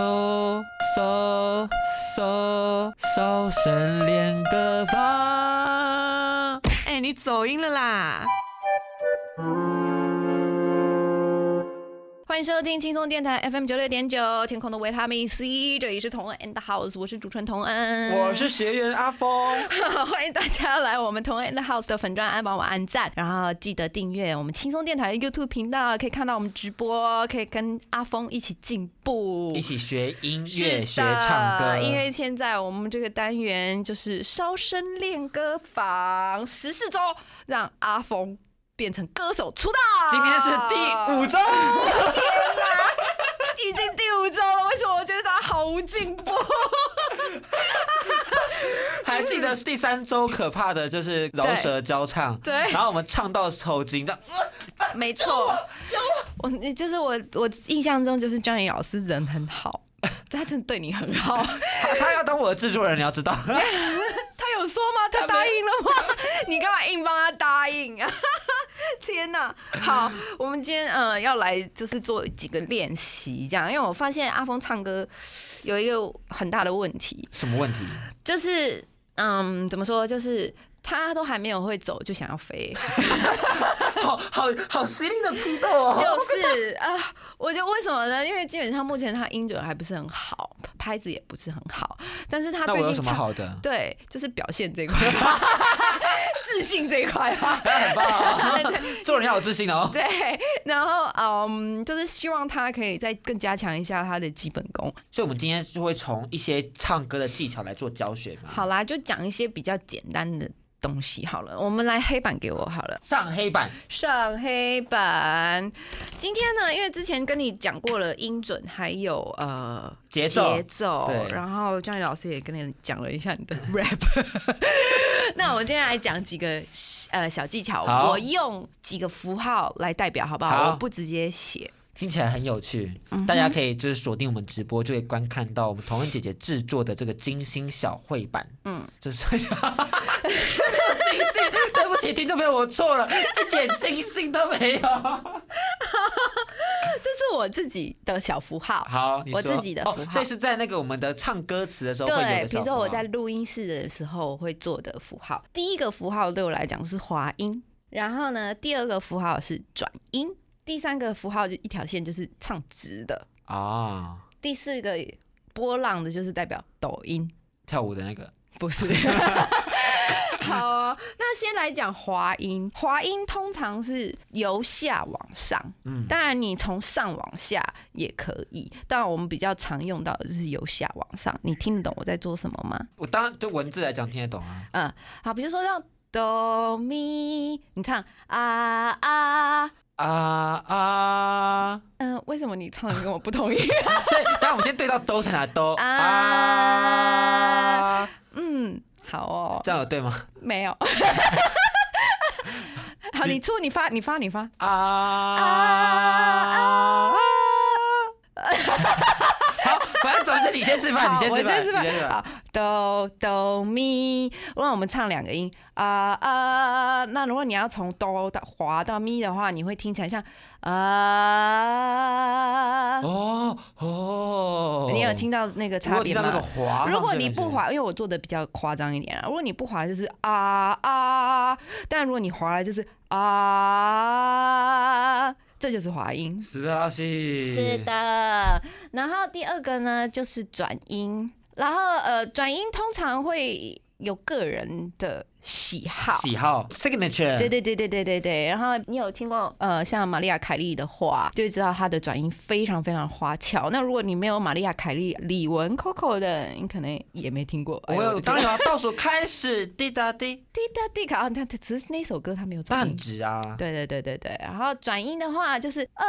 搜搜搜搜神练歌房。哎、你走音了啦！欢迎收听轻松电台 FM 九六点九，天空的维他命 C，这里是同恩 and house，我是主持人同恩，我是学员阿峰， 欢迎大家来我们同恩 and house 的粉专安帮我按赞，然后记得订阅我们轻松电台的 YouTube 频道，可以看到我们直播，可以跟阿峰一起进步一。起学音是乐，的学唱歌。因为现在我们这个单元就是烧身练歌房十四周，让阿峰变成歌手出道。今天是第五周，已经第五周了，为什么我觉得他毫无进步？还记得第三周可怕的就是饶舌交唱，对然后我们唱到抽筋的， 没错，我你就是我，我印象中就是 Johnny 老师人很好，他真的对你很 好。他他要当我的制作人，你要知道。他有说吗？他答应了吗？ 你干嘛硬帮他答应 啊？天哪！好，我们今天呃要来就是做几个练习，这样，因为我发现阿峰唱歌有一个很大的问题，什么问题？就是嗯，怎么说，就是他都还没有会走就想要飞。好好好犀利的批斗哦！就是啊、我就为什么呢？因为基本上目前他音准还不是很好，拍子也不是很好，但是他那最我有近什么唱好的？对，就是表现这一块， 自信这一块啊。很棒哦，做人要有自信哦。对，然后嗯，就是希望他可以再更加强一下他的基本功。所以，我们今天就会从一些唱歌的技巧来做教学嘛。好啦，就讲一些比较简单的东西好了。我们来黑板给我好了。上黑板，上黑板。今天呢，因为之前跟你讲过了音准，还有呃节奏节奏对，然后张宇老师也跟你讲了一下你 的 rap。那我今天来讲几个呃小技巧，好我用几个符号来代表，好不好？好我不直接写。听起来很有趣，嗯大家可以就是锁定我们直播，就会观看到我们童恩姐姐制作的这个精心小绘板。嗯，这是真的有精心，对不起，听众朋友，我错了，一点精心都没有。这是我自己的小符号。好，你我说自己的符号哦，所以是在那个我们的唱歌词的时候会有对的，比小如说符我号在录音室的时候会做的符号，第一个符号对我来讲是滑音，然后呢，第二个符号是转音，第三个符号就一条线就是唱直的，啊第四个波浪的就是代表抖音，跳舞的那个，不 是。好哦、那先来讲滑音。滑音通常是由下往上，嗯，当然你从上往下也可以，但我们比较常用到的就是由下往上。你听得懂我在做什么吗？我当然对文字来讲听得懂啊。嗯，好，比如说像哆咪，你唱啊啊，啊啊！嗯、为什么你唱的跟我不同 意？所以，当然我们先对到哆在哪哆啊啊，嗯，好哦，这样有对吗？没有。 好，你出，你发，你发，你发。啊！好，反正总之你先示范，好，你先我示范，示你先示范。范好，哆哆咪，让我们唱两个音啊啊。那如果你要从哆到滑到咪的话，你会听起来像啊。哦哦，你有听到那个我差有别听吗？到那个滑上去的感觉？如果你不滑，因为我做的比较夸张一点啊。如果你不滑，就是啊啊，但如果你滑来就是啊，这就是滑音。斯巴拉西，是，的，然后第二个呢就是转音，然后呃转音通常会有个人的喜好。喜好 signature，对对对对对对对，然后你有听过呃，像玛丽亚凯莉的话，就会知道她的转音非常非常花俏。那如果你没有玛丽亚凯莉、李玟、Coco 的，你可能也没听过。哎呦我有的当然天有啊， 倒数开始，滴答滴，滴答滴卡，啊，他他只是那首歌他没有那转很音。嗯直啊。对对对对对，然后转音的话就是呃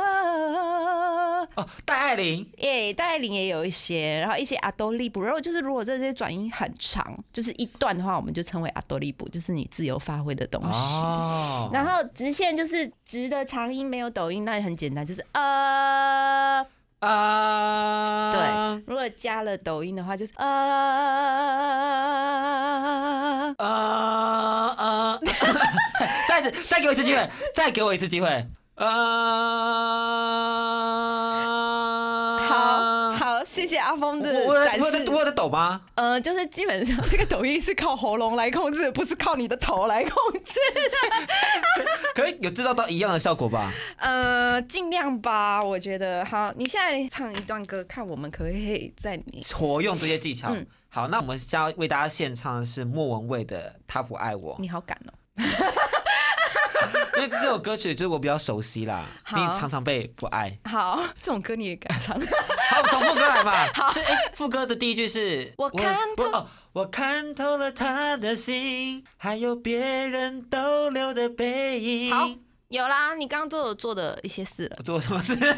啊， 哦，戴爱玲，耶，戴爱玲也有一些，然后一些阿多利布，然后就是如果这些转音很长，就是一段的话，我们就称为阿多利布，就是你自由发挥的东西。哦，然后直线就是直的长音，没有抖音，那也很简单，就是呃。啊，对，如果加了抖音的话，就是呃。啊呃啊！ 再再次再给我一次机会，再给我一次呃机会。啊！呃好，谢谢阿峰的我我有展我有在示。我有在抖吗？呃，就是基本上这个抖音是靠喉咙来控制，不是靠你的头来控 制。可是有制造到一样的效果吧？呃，尽量吧，我觉得好。你现在唱一段歌，看我们可不可以在你活用这些技巧。嗯好，那我们现在为大家献唱的是莫文蔚的《他不 爱我》，你好敢哦、因为这首歌曲就是我比较熟悉啦，好因为常常被不爱。好， 这种歌你也敢唱？ 好，我们从副歌来 嘛。是哎、副歌的第一句是我看透哦，我看透了他的心，还有别人逗留的背影。好， 有啦，你刚刚都有做的一些事了。我做了什么事？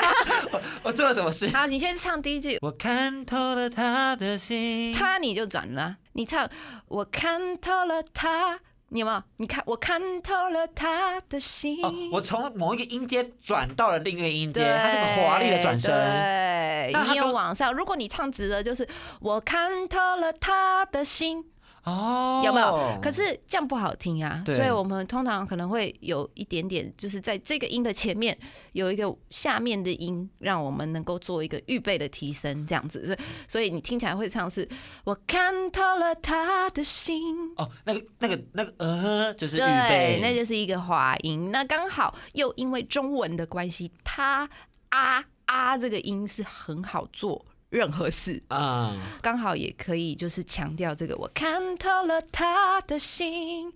我我做了什么事？好，你先唱第一句，我看透了他的心，他你就转了啊、你唱我看透了他，你有没有？你看我看透了他的心。哦，我从某一个音阶转到了另一个音阶，对，它是个华丽的转身。对那，他你有都往上。如果你唱直了，就是我看透了他的心，哦，有没有？可是这样不好听啊，对所以我们通常可能会有一点点，就是在这个音的前面有一个下面的音，让我们能够做一个预备的提升，这样子。所以所以你听起来会唱是我看透了他的心。哦，那个那个那个呃，就是预对备，，那就是一个滑音。那刚好又因为中文的关系，它啊啊这个音是很好做任何事，嗯，刚好也可以就是强调这个。我看透了他的心，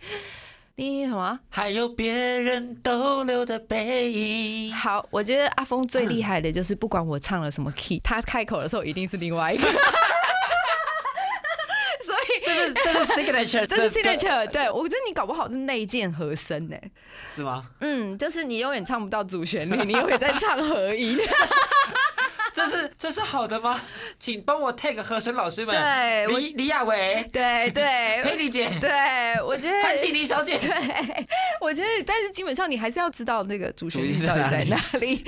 你什么？还有别人逗留的背影。好，我觉得阿峰最厉害的就是，不管我唱了什么 key，他开口的时候一定是另外一个。 所以这是这是 signature，这是 signature，对我觉得你搞不好是内建和声呢、是吗？嗯，就是你永远唱不到主 旋律，你永远在唱合音。这是这是好的吗？请帮我 tag 和声老师们，对我李李亚维、对佩 对妮姐、对，我觉得潘庆林小姐，对，我觉得，但是基本上你还是要知道那个主旋律主旋律到底在在哪哪里。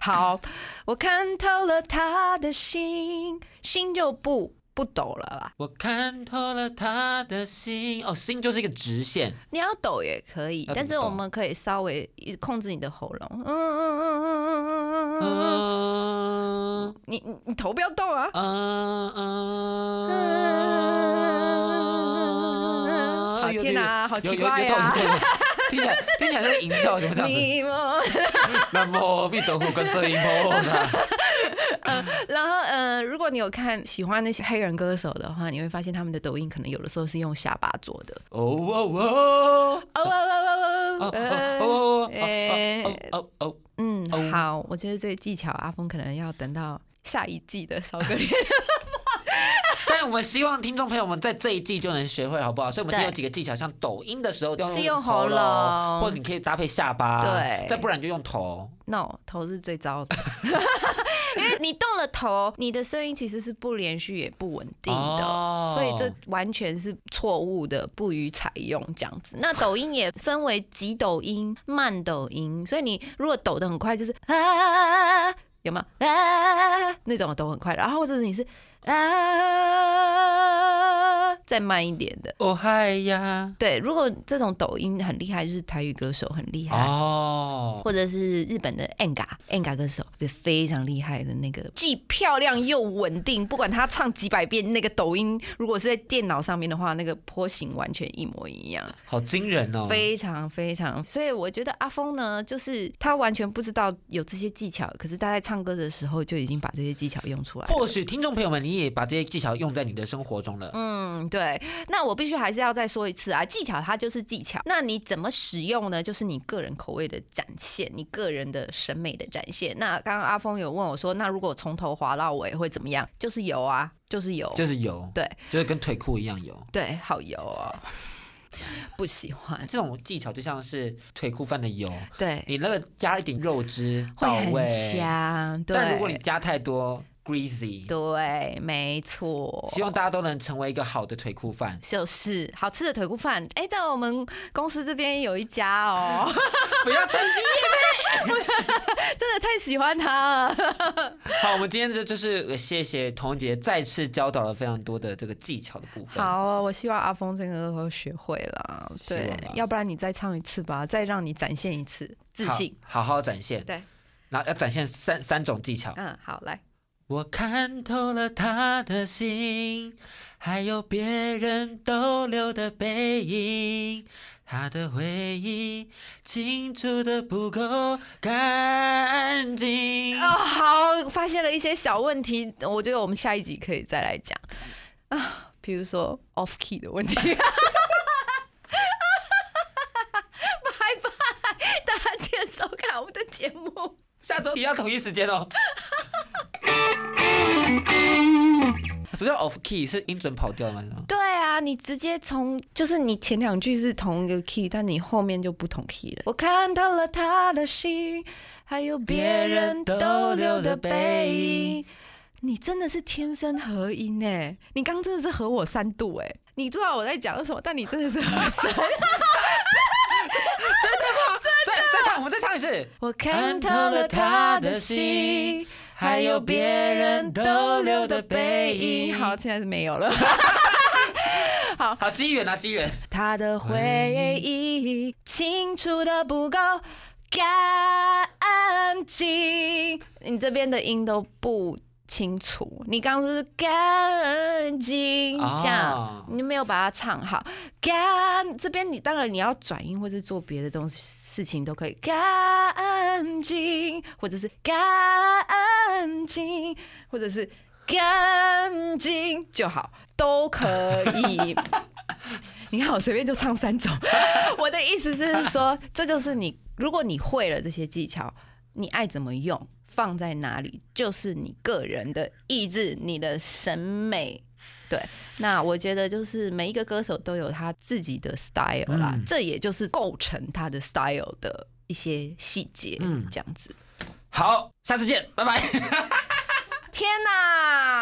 好，我看透了他的心，心就不不抖了吧？我看透了他的心，哦，心就是一个直线，你要抖也可以，要怎但么是我抖们可以稍微控制你的喉咙。嗯嗯嗯嗯嗯嗯嗯嗯，嗯你你你头不要动啊！嗯嗯，好有天哪有好奇有有怪有动呀有动有动听起来听起来那个营造怎么这样子？ 你们。南无密度佛观世音菩 萨。然后，呃，如果你有看喜欢那些黑人歌手的话，你会发现他们的抖音可能有的时候是用下巴做的。哦哦哦哦哦哦哦哦哦哦哦哦哦哦哦！嗯，哦好，我觉得这个技巧阿峰可能要等到下一季的 少哥但我们希望听众朋友们在这一季就能学会，好不好？所以我们今天有对几个技巧，像抖音的时候要是用喉喉咙或者你可以搭配下巴，对再不然就用头。 No 头是最 糟的，因为你动了头，你的声音其实是不连续也不稳定的。哦所以这完全是错误的，不予采用这样子。那抖音也分为急抖音、慢抖音，所以你如果抖得很快，就是啊，有没有啊那种抖很快的，然后或者是你是啊，再慢一点的。哦嗨呀，对，如果这种抖音很厉害，就是台语歌手很厉害。哦，或者是日本的 enga enga 歌手，就非常厉害的那个，既漂亮又稳定。不管他唱几百遍，那个抖音如果是在电脑上面的话，那个波形完全一模一样，好惊人哦！非常非常。所以我觉得阿峰呢，就是他完全不知道有这些技巧，可是他在唱歌的时候就已经把这些技巧用出来了。或许听众朋友们，你也把这些技巧用在你的生活中了。嗯，对，那我必须还是要再说一次啊，技巧它就是技巧，那你怎么使用呢？就是你个人口味的展现，你个人的审美的展现。那刚刚阿峰有问我说，那如果从头滑到尾会怎么样？就是油啊，就是油，就是油，对，就是跟腿裤一样油。对，好油哦，不喜欢，这种技巧就像是腿裤饭的油，对，你那个加一点肉汁会到很位，香，对，但如果你加太多 greasy，对，没错，希望大家都能成为一个好的腿裤饭。就是好吃的腿骨饭，哎、在我们公司这边有一家哦， 不要趁机夜真的太喜欢它了。配。好，我们今天这就是谢谢童姐再次教导了非常多的这个技巧的部分。好啊，我希望阿峰这个都学会了，希望对吧，要不然你再唱一次吧，再让你展现一次自信。好，好好展现。对，然后要展现三三种技巧。嗯，好，来，我看透了他的心，还有别人逗留的背影，他的回忆清除的不够干净。啊、好，发现了一些小问题，我觉得我们下一集可以再来讲啊，比如说 off key 的问题。 拜拜，大家记得收看我们的节目。下周一样同一时间 哦。什么叫 off key？是音准跑调吗？对啊，你直接从就是你前两句是同一个 key，但你后面就不同 key 了。我看到了他的心，还有别人逗留的背影。你真的是天生合音哎！你刚真的是合我三度哎！你不知道我在讲什么，但你真的是合声。 真的吗？再再唱，我们再唱一次。我看透了他的心，还有别人逗留的背影。好，现在是没有了。好，机缘啊，机缘。他的回忆清除的不够干净，你这边的音都不清楚。你刚刚是干净哦这样，你没有把它唱好。干这边你当然你要转音或者做别的东西事情都可以，干净或者是干净或者是干净就好，都可以。 你看我随便就唱三种， 我的意思就是说，这就是你，如果你会了这些技巧，你爱怎么用，放在哪里，就是你个人的意志，你的审美。对，那我觉得就是每一个歌手都有他自己的 style 啦，嗯这也就是构成他的 style 的一些细节，嗯这样子。好，下次见，拜拜。天哪！